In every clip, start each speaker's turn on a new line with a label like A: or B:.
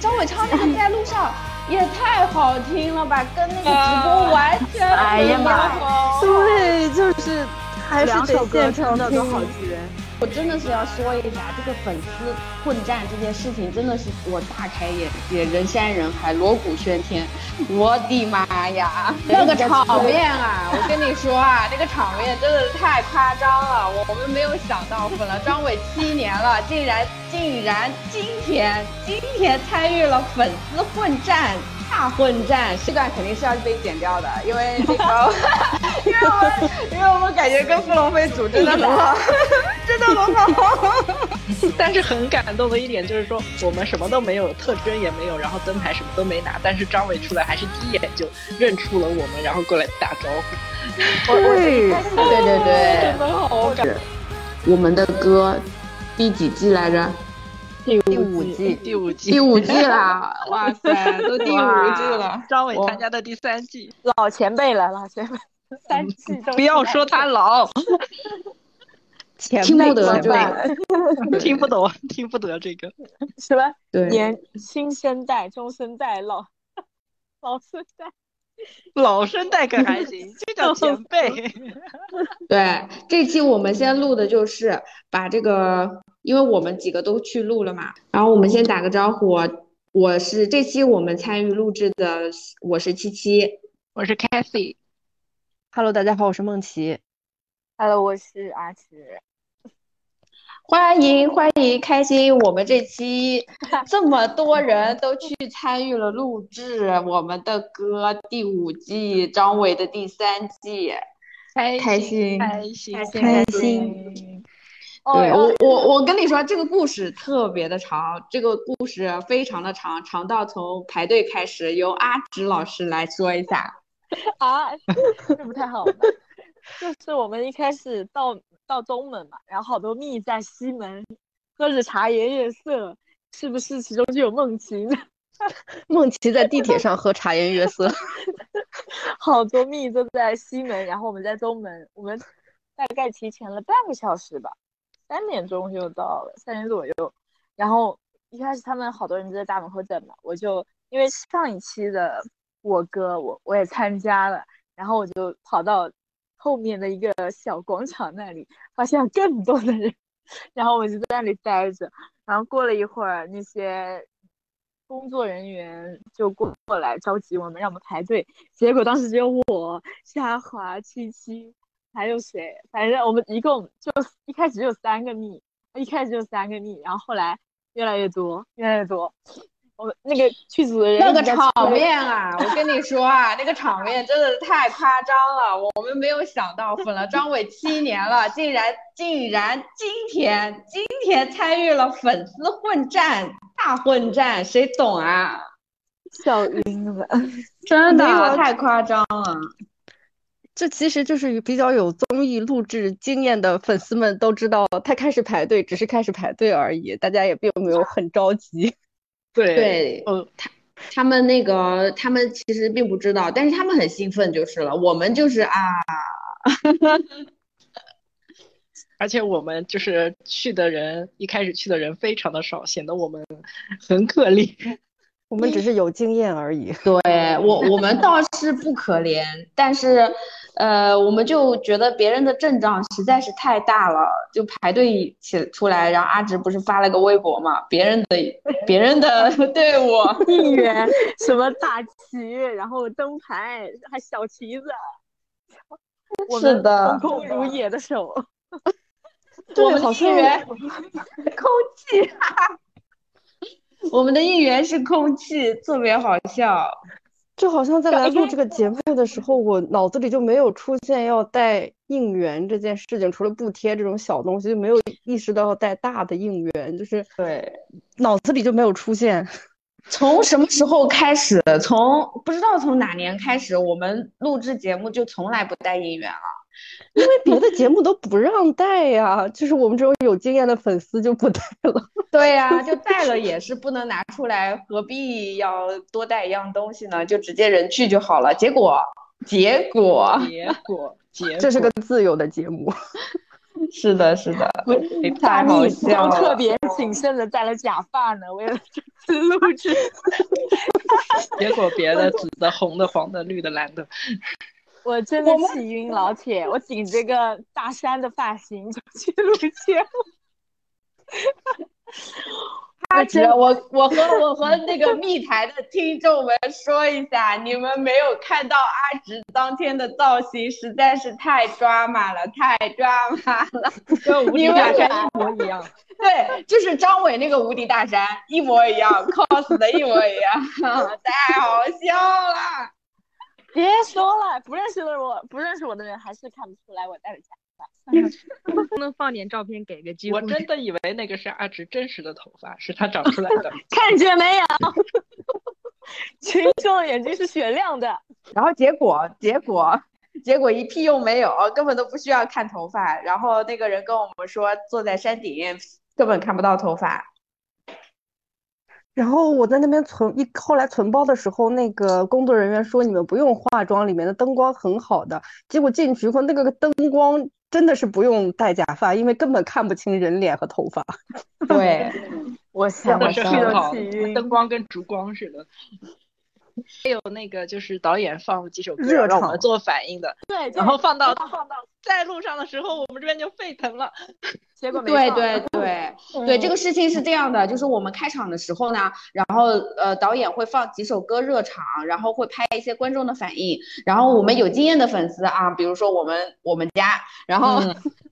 A: 张伟超那个在路 上也太好听了吧，跟那个直播完全
B: 啊哎
A: 不
B: 呀
A: 一
B: 妈
A: 样
B: 呀。
C: 对，就是还是
B: 两首
C: 得
B: 歌
C: 现
B: 真
C: 场
B: 的
C: 听
B: 都好绝。
A: 我真的是要说一下，这个粉丝混战这件事情真的是我大开眼界，人山人海，锣鼓喧天，我的妈呀，那个场面啊！我跟你说啊，那个场面真的是太夸张了，我我们没有想到粉了张伟七年了， 竟然竟然今天今天参与了粉丝混战。大混战这段肯定是要被剪掉的，因为那个， 因为我们因为我们感觉跟傅龙飞组真的很好，真的很 好。
D: 但是很感动的一点就是说，我们什么都没有，特征也没有，然后灯牌什么都没拿，但是张伟出来还是第一眼就认出了我们，然后过来打招呼。我我
C: 对，
A: 对对对
D: 真，的好感
E: 我们的歌第几季来着？
D: 第
E: 第五季
D: 第五季，
E: 第五季啦！哇塞，都第五季了。
D: 张伟参加的第三季，
B: 老前辈了，老 前辈，三季都
D: 不要说他老，
B: 前
E: 听不
B: 辈
E: 得这
B: 辈
E: 个，
D: 听不懂，听不得这个。
B: 什么
E: 对，
B: 年新生代、中生代、老 老生代，
D: 老生代可还行，就叫前辈。
E: 对，这期我们先录的就是把这个，因为我们几个都去录了嘛，然后我们先打个招呼。我是这期我们参与录制的，我是七七，
D: 我是 Cathy，
F: Hello，大家好，我是梦琪。
B: Hello，我是阿奇。
E: 欢迎欢迎，开心！我们这 期这么多人都去参与了录制我们的歌第五季，张伟的第三季，
D: 开
E: 开心
D: 开心，
E: 开心。
B: 哦，
E: 对
B: 然后
E: 我我我跟你说，这个故事特别的长，这个故事非常的长，长到从排队开始，由阿直老师来说一下。
B: 啊，这不太好吧？就是我们一开始到到东门嘛，然后好多蜜在西门，喝着茶颜悦色，是不是其中就有梦琪呢？
F: 梦琪在地铁上喝茶颜悦色，
B: 好多蜜都在西门，然后我们在东门，我们大概提前了半个小时吧，三点钟就到了，三点左右。然后一开始他们好多人就在大门口等嘛，我就因为上一期的我哥我我也参加了，然后我就跑到后面的一个小广场那里，发现有更多的人， 然后我就在那里待着。然后过了一会儿，那些工作人员就过过来召集我们，让我们排队。结果当时只有我、夏华、七七，还有谁？反正我们一共就一开始就有三个蜜，一开始就有三个蜜，然后后来越来越多，越来越多。我们那个剧组的人
A: 那个
B: 一直在
A: 场
B: 催
A: 面啊，我跟你说啊，那个场面真的是太夸张了，我们没有想到粉了张伟七年了，竟然竟然今天今天参与了粉丝混战大混战，谁懂啊？
B: 笑晕 了。
E: 真
A: 没有太夸张了，
F: 这其实就是比较有综艺录制经验的粉丝们都知道，他开始排队只是开始排队而已，大家也并没有很着急。
D: 对，
E: 对，
D: 哦，
E: 他们那个他们其实并不知道，但是他们很兴奋就是了。我们就是啊，
D: 而且我们就是去的人，一开始去的人非常的少，显得我们很可怜。
F: 我们只是有经验而已。
E: 对我我们倒是不可怜，但是呃，我们就觉得别人的阵仗实在是太大了，就排队起出来。然后阿直不是发了个微博嘛，别人的别人的 队伍，
B: 一元，什么大旗，然后灯牌，还小旗 子，我
E: 是
B: 们
E: 的
B: 空空如也的手，
E: 我
F: 对，
E: 们
F: 好
E: 的
F: 像
E: 议员空 气，我们的议员是空气，特别好笑。
F: 就好像在来录这个节目的时候，我脑子里就没有出现要带应援这件事情，除了布贴这种小东西，就没有意识到要带大的应援，就是
E: 对，
F: 脑子里就没有出现。
E: 从什么时候开始？从不知道从哪年开始，我们录制节目就从来不带应援了。
F: 因为别的节目都不让带呀，就是我们这种有经验的粉丝就不带了。
E: 对呀、就带了也是不能拿出来，何必要多带一样东西呢？就直接人去就好了。结果，结果，
D: 结果，结果
F: 这是个自由的节目，
E: 是的，是的，哎
B: 大
E: 太好
B: 幂
E: 笑
B: 刚特
E: 了。
B: 别谨慎的戴了假发呢，为了这次录 制。
D: 结果别的紫的、红的、黄的、绿的、蓝的，
B: 我真的气晕老铁，我顶这个大山的发型就去录节目。
E: 阿
B: 只
E: 直，我我和我和那个密台的听众们说一下，你们没有看到阿直当天的造型，实在是太抓马了，太抓马了。
D: 跟无
E: 你
D: 敌
E: 们
D: 大
E: 俩
D: 山一模一样。
E: 对，就是张伟那个无敌大山一模一样，cos 的一模一样， 太好笑了。
B: 别说了，不认识的我，不认识我的人还是看不出来我戴了假发。
G: 不能放点照片给个机会。
D: 我真的以为那个是阿直真实的头发，是他长出来的。
B: 看见没有？ 群众的眼睛是雪亮的。
E: 然后结果，结果，结果一屁用没有，根本都不需要看头发。然后那个人跟我们说，坐在山顶根本看不到头发。
F: 然后我在那边存一，后来存包的时候，那个工作人员说你们不用化妆，里面的灯光很好的。结果进去以后，那个灯光真的是不用戴假发，因为根本看不清人脸和头发。
E: 对，
B: 我
E: 想
B: 想
E: 我
D: 真
B: 我
D: 的是
B: 气
D: 很好
B: 都气晕。
D: 灯光跟烛光似的。还有那个就是导演放了几首歌
F: 热
D: 让我
F: 场
D: 们做反应的，
B: 对，就
D: 然后放到
B: 放到，
D: 在路上的时候，我们这边就沸腾了。
B: 结果没
E: 对
B: 放
E: 对对对，这个事情是这样的，就是我们开场的时候呢，然后呃导演会放几首歌热场，然后会拍一些观众的反应，然后我们有经验的粉丝啊，比如说我们我们家，然后、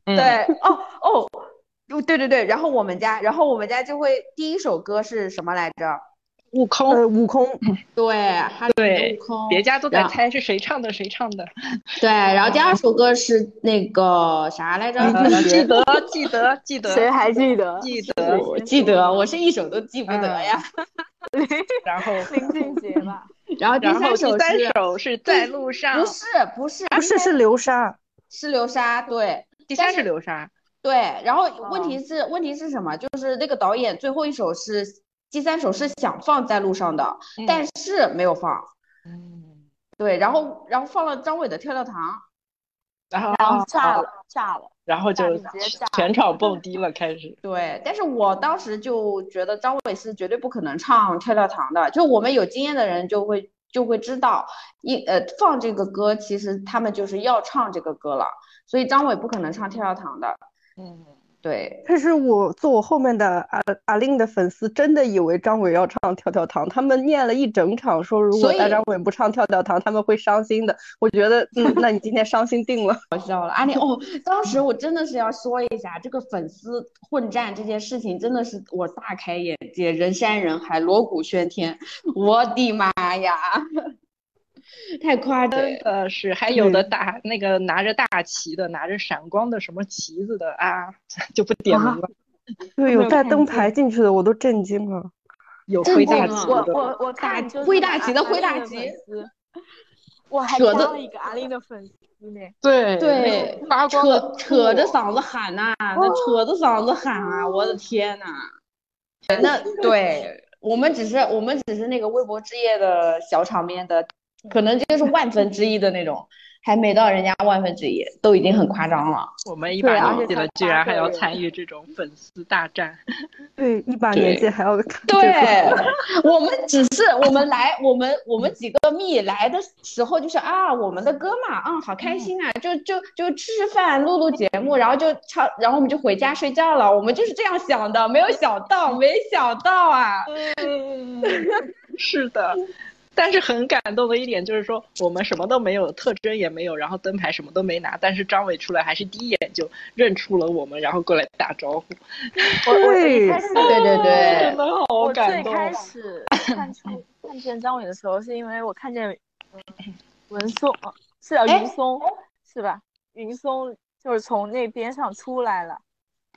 D: 嗯，
E: 对，哦哦，哦对对对，然后我们家，然后我们家就会第一首歌是什么来着？
D: 悟空，
F: 呃，悟空，
E: 对，哈利
D: 对
E: 的悟空，
D: 别家都在
E: 然后
D: 猜是谁唱的，谁唱的。
E: 对，然后第二首歌是那个啥来着？
D: 呃记得，记得，记
B: 嗯谁
D: 得，
B: 还记得？
D: 记得。
E: 我 记得，我是一首都记不得呀。
D: 然后，
B: 林俊杰 吧，
E: 然后第
D: 然后
E: 三
D: 第
E: 首
D: 三
E: 是，
D: 首是在路上
E: 啊不，是不是
F: 不是是流沙，
E: 是流沙，对
D: 第三是流沙。
E: 对。然后问题是问题是什么？就是那个导演最后一首是第三首是想放在路上的，
D: 嗯
E: 但是没有放。
D: 嗯
E: 对，然后然后放了张伟的《跳跳糖》。
D: 然后，哦
B: 然后炸了，炸了。
D: 然后就
B: 大直接炸
D: 全场蹦迪了，开始。
E: 对，但是我当时就觉得张伟是绝对不可能唱《跳跳糖》的，就我们有经验的人就会就会知道，一呃放这个歌，其实他们就是要唱这个歌了，所以张伟不可能唱《跳跳糖》的。
D: 嗯，
E: 对，
F: 但是我坐我后面的阿阿令的粉丝真的以为张伟要唱《跳跳糖》，他们念了一整场说如
E: 所
F: 果
E: 以
F: 大张伟不唱《跳跳糖》，他们会伤心的。我觉得， 嗯，那你今天伤心定了。
E: 好了，安利哦，当时我真的是要说一下，这个粉丝混战这件事情真的是我大开眼界，人山人海，锣鼓喧天，我的妈呀， 太夸张了！
D: 真的呃是，还有的打那个拿着大旗的，拿着闪光的什么旗子的啊， 就不点名了。
F: 对，
B: 有
F: 有带
B: 看
F: 灯
B: 见
F: 牌进去的，我都震惊了。
D: 有挥大
E: 震
D: 旗
E: 惊
B: 我
D: 的，
B: 我我看就是
E: 灰大旗的
B: 阿
E: 灰大
B: 阿令
E: 旗
B: 粉丝，我还加
E: 扯得
B: 了一个阿令的粉丝呢。
D: 对
E: 对，
D: 发光的哦
E: 扯扯着嗓子喊呐、那扯着嗓子喊啊，我的天 呐！那对我们只是我们只是那个微博之夜的小场面的，可能就是万分之一的那种，还没到人家万分之一，都已经很夸张了。
D: 我们一
B: 对
D: 把
B: 而且
D: 年纪
B: 他
D: 了，居
B: 发
D: 然
B: 个
D: 还要
B: 人
D: 参与这种粉丝大战，
F: 对，一把年纪还要看这
E: 对
F: 个。
E: 我们只是我们来我们我们几个蜜来的时候就是啊我们的歌嘛啊好开心啊就就就吃吃饭录录节目然后就唱然后我们就回家睡觉了我们就是这样想的没有想到没想到啊
D: 是的。但是很感动的一点就是说，我们什么都没有，特征也没有，然后灯牌什么都没拿，但是张伟出来还是第一眼就认出了我们，然后过来打招呼，
B: 我我一
F: 对
B: 开始
E: 对对对
D: 真的好
B: 我
D: 感
B: 最
D: 动。
E: 啊
D: 啊
B: 开始看 出看见张伟的时候，是因为我看见嗯文松，呃是叫
E: 哎
B: 云松是吧？云松就是从那边上出来了。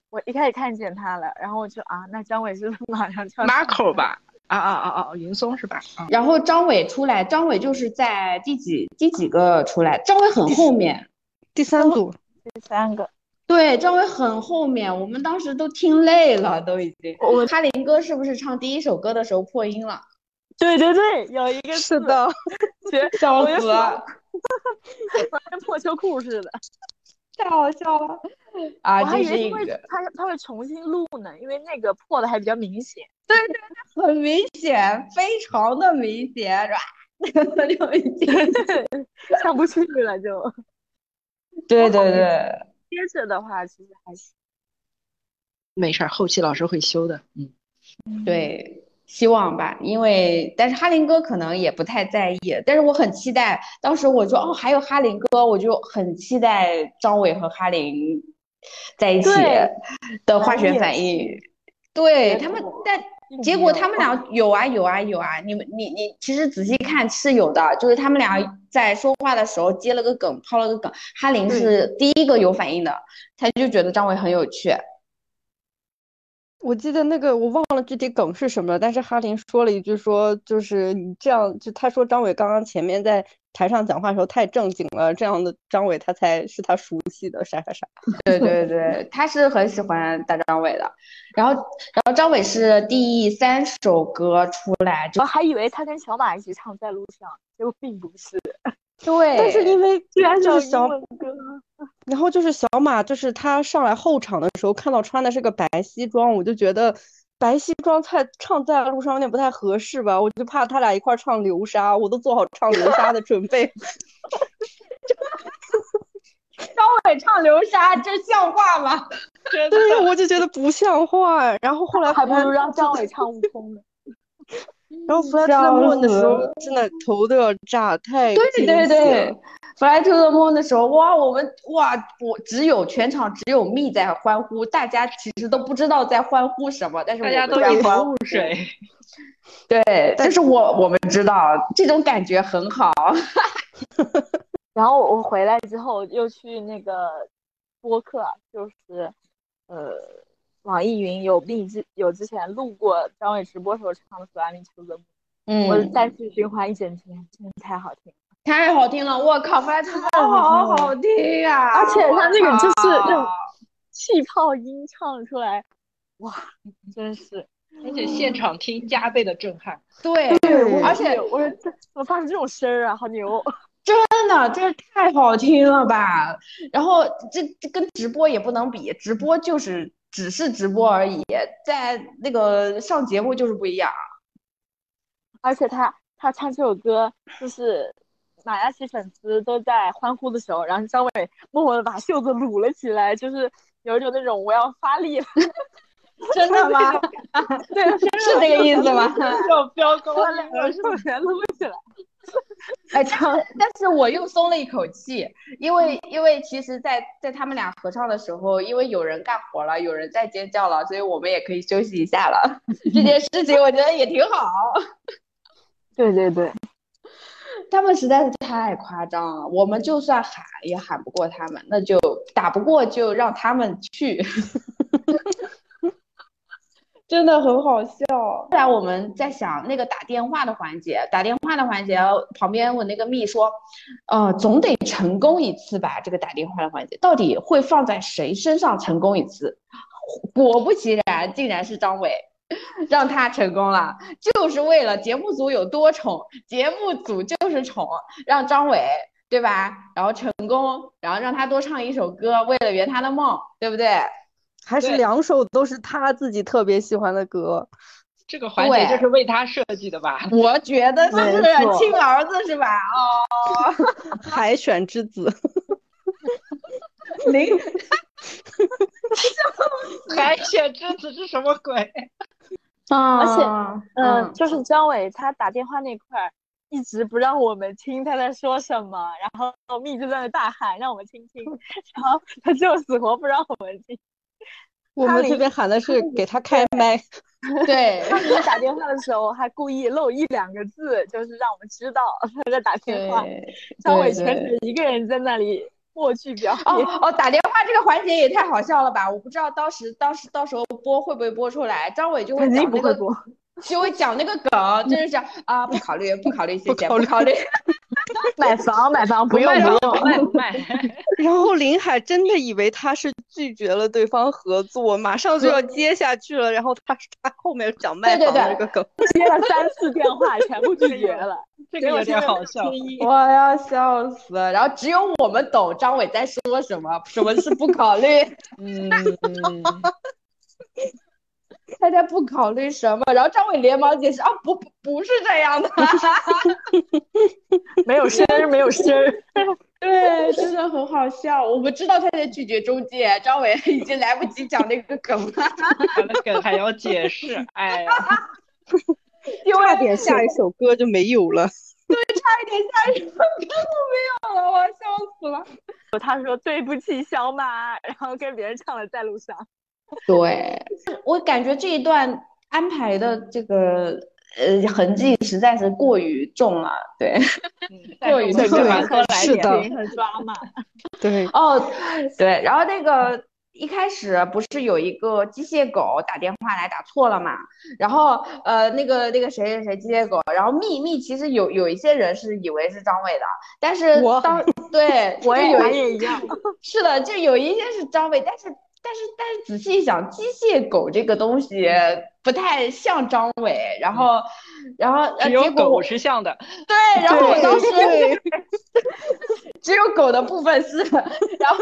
B: 我一开始看见他了，然后我就啊，那张伟是不是马上就要
D: Marco 吧，啊啊啊啊，云松是吧？啊，
E: 然后张伟出来张伟就是在第几第几个出来张伟很后面
F: 第三组，
B: 第三个？
E: 对张伟很后面我们当时都听累了都已经
B: 我我
E: 哈林哥是不是唱第一首歌的时候破音了
B: 对对对，有一个
F: 是的，
B: 绝，
E: 笑
B: 我就
E: 死了。
B: 完跟破秋裤似的。
E: 太好笑了 啊！
B: 我还
E: 这
B: 以
E: 是
B: 为
E: 一
B: 他会
E: 个
B: 他他会重新录呢，因为那个破的还比较明显。
E: 很明显，非常的明显，是吧？ 就已经
B: 上不去了就。
H: 对对对，
B: 接着的话其实还行。
D: 没事儿，后期老师会修的。嗯，
E: 对，希望吧，因为但是哈林哥可能也不太在意，但是我很期待。当时我说哦，还有哈林哥，我就很期待张伟和哈林在一起
B: 对
E: 的化学反应。
B: 结
E: 对他们
B: 果，
E: 但
B: 并
E: 结
B: 嗯没
E: 果
B: 有
E: 他们俩有啊有啊有啊，你们你你其实仔细看是有的，就是他们俩在说话的时候接了个梗，抛了个梗，哈林
B: 对
E: 是第一个有反应的，他就觉得张伟很有趣。
F: 我记得那个我忘了具体梗是什么了，但是哈林说了一句说，就是你这样，就他说张伟刚刚前面在台上讲话的时候太正经了，这样的张伟他才是他熟悉的啥啥啥。
E: 对 对对，他是很喜欢大张伟的，然后然后张伟是第三首歌出来就
B: 我还以为他跟小马一起唱《在路上》，结果并不是，
E: 对，
F: 但是因为
B: 居然找
F: 就是
B: 英
F: 小
B: 文歌。
F: 然后就是小马，就是他上来后场的时候，看到穿的是个白西装，我就觉得白西装太唱在路上有点不太合适吧，我就怕他俩一块儿唱流沙，我都做好唱流沙的准备。
E: 张伟唱流沙，这像话吗？
D: 真的
F: 对呀，我就觉得不像话。然后后来
B: 还不
F: 弗兰
B: 如让张伟唱《悟空》呢。
F: 然后弗莱特
E: 笑
F: 梦的时候
E: 死，
F: 真的头都要炸，太
E: 对
F: 惊
E: 对
F: 喜
E: 对
F: 了，
E: ，Fly to the Moon 的时候，哇，我们哇，我只有全场只有蜜在欢呼，大家其实都不知道在欢呼什么，但是我
D: 大家
E: 们
D: 都
E: 在
D: 一
E: 欢呼
D: 头雾水。
E: 对，但是我我们知道这种感觉很好，
B: 然后我回来之后又去那个播客啊，就是呃，网易云有并之有之前录过张伟直播时候唱的《Fly Me to the Moon》，我
E: 嗯，
B: 再次循环一整天，真的太好听了。
E: 太好听了，我靠，Fly to the Moon 好好听啊呀、
B: 而且他那个就是那种
E: 哇
B: 气泡音唱出来，哇，真是
D: 而且现场听加倍的震撼。
E: 对，
F: 对
E: 而且
B: 我说这怎么发出这种声儿啊，好牛！
E: 真的这太好听了吧！然后这这跟直播也不能比，直播就是只是直播而已，在那个上节目就是不一样。
B: 而且他他唱这首歌，就是马嘉祺粉丝都在欢呼的时候，然后张伟默默的把袖子撸了起来，就是有一种那种我要发力了，
E: 真的吗？对，是这个意思吗？
B: 要飙高了，两个手全撸起来。
E: 哎，但 但是我又松了一口气，因为因为其实在，在他们俩合唱的时候，因为有人干活了，有人在尖叫了，所以我们也可以休息一下了。 这件事情我觉得也挺好。
B: 对对对，
E: 他们实在是太夸张了，我们就算喊也喊不过他们，那就打不过就让他们去， 真的很好笑。后来我们在想那个打电话的环节，打电话的环节旁边我那个蜜说，呃，总得成功一次吧，这个打电话的环节到底会放在谁身上成功一次？果不其然，竟然是张伟，让他成功了。就是为了节目组有多宠，节目组就是宠，让张伟对吧？然后成功，然后让他多唱一首歌，为了圆他的梦，对不对？
F: 还是
D: 对
F: 两首都是他自己特别喜欢的歌。
D: 这个环节
E: 对
D: 就是为他设计的吧？
E: 我觉得是
B: 没错
E: 亲儿子是吧？哦，
F: 海选之子，
E: 零
D: 海选之子是什么鬼？
E: 啊
B: 而且嗯、
E: 嗯
B: 就是张伟他打电话那块儿。一直不让我们听他在说什么，然后蜜就在那大喊让我们听听， 然后他就死活不让我们听。
F: 我
B: 哈
F: 们
B: 林
F: 这边喊的是给他开麦，
B: 嗯
E: 对
B: 他给我打电话的时候还故意漏一两个字，就是让我们知道他在打电话。
E: 对。
B: 张
E: 对
B: 伟全
E: 对
B: 程一个人在那里默剧表
E: 哦
B: 演，
E: 哦，打电话这个环节也太好笑了吧！我不知道当时当时到时候播会不会播出来，张伟就会
B: 肯
E: 讲
B: 定不
E: 那
B: 会
E: 个
B: 播。
E: 就会讲那个梗，就是讲啊，不考虑，不考虑，谢谢，
F: 考
E: 不
F: 虑
E: 考虑。
B: 买房，买房，不
D: 不
B: 用不用。
D: 不 卖不卖。
F: 然后林海真的以为他是拒绝了对方合作，马上就要接下去了。然后他他后面讲卖
E: 对对
F: 房的
E: 对
F: 这个梗，
B: 接了三次电话，全部拒绝了。
D: 这个有点好笑。
E: 我要笑死了。然后只有我们懂张伟在说什么，啊什么是不考虑，
D: 嗯，
E: 他在不考虑什么。然后张伟连忙解释啊，不不不是这样的。
B: 没有声儿，没有声 儿。
E: 对，真的很好笑。我们知道他在拒绝中介，张伟 已经来不及讲那个梗了。
D: 完了梗还要解释，哎呀，
C: 差点下一首歌就没有了。
E: 差一点下一首歌都没有了，我要笑死了。
B: 他说对不起，小马，然后跟别人唱了在路上。
E: 对，我感觉这一段安排的这个呃痕迹实在是过于重了。对，
D: 嗯
E: 过于
D: 对
E: 重
D: 干嘛
E: 了。
D: 多来
F: 是的
D: 点？
B: 很抓马。
F: 对，
E: 哦， 对，然后那个一开始不是有一个机械狗打电话来打错了嘛，然后呃那个那个谁谁谁机械狗，然后密密其实有有一些人是以为是张伟的，但是
F: 我
E: 当对
B: 我
E: 就
B: 也
E: 有
B: 我
E: 一
B: 也一样。
E: 是的，就有一些是张伟，但是但是但是仔细一想，机械狗这个东西不太像张伟，然后然后呃
D: 只
E: 结
D: 有
E: 果
D: 狗
E: 我
D: 是像的，
E: 对，然后我当时
F: 对
E: 只有狗的部分 是，然后然后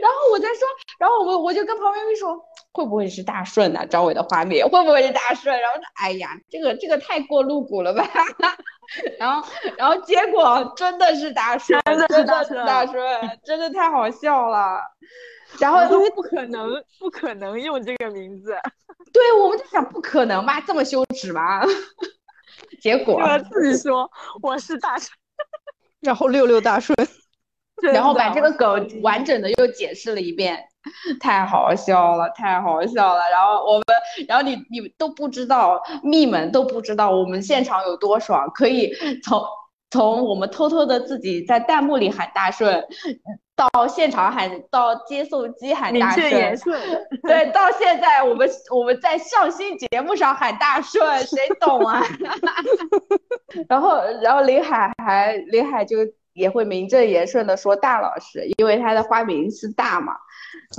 E: 然后我在说，然后我我就跟旁边人说。会不会是大顺呐、张伟的画面会不会是大顺？然后哎呀，这个这个太过露骨了吧？ 然后然后结果真的是大顺，真
B: 真的是大顺
E: 大顺，真的太好笑了。然后
B: 因为不可能，不可能用这个名字，
E: 对我们就想不可能吧，这 么羞耻吗？结果
B: 就 要自己说我是大神。
F: 然后六六大顺，
B: 真
E: 然后
B: 的
E: 把这个梗完整的又解释了一遍，太好笑了，太好笑了。然后我们，然后你你都不知道，密们都不知道我们现场有多爽，可以从从我们偷偷的自己在弹幕里喊大顺，到现场喊到接送机喊
B: 名
E: 大
B: 正言
E: 顺，
B: 顺，
E: 对，到现在我们我们在上新节目上喊大顺，谁懂啊？ 然后然后林海还林海就也会名正言顺的说大老师，因为他的花名是大嘛，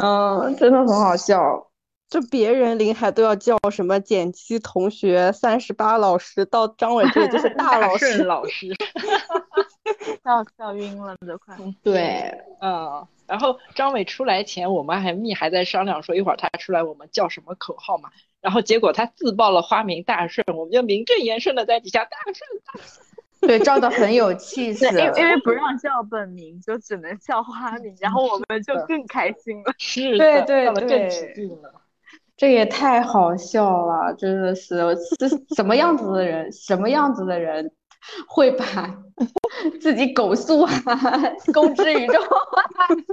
E: 嗯，真的很好笑。
F: 就别人林海都要叫什么减七同学、三十八老师，到张伟这里就是大
D: 大
F: 老
D: 顺
F: 师。
D: 老师，
B: 笑笑晕了都快。
E: 对，
D: 嗯。然后张伟出来前，我们还密还在商量说，一会儿他出来我们叫什么口号嘛。然后结果他自报了花名大顺，我们就名正言顺的在底下大顺大
E: 对，照的很有气势
B: 对，。因为因为不让叫本名，就只能叫花名，然后我们
E: 嗯
B: 就更开心了。
D: 顺，
E: 对
D: 是的
E: 对
D: 到了
E: 对
D: 更指定了。
E: 这也太好笑了，真的是，这什么样子的人，什么样子的人会把 自己狗素啊公之于众，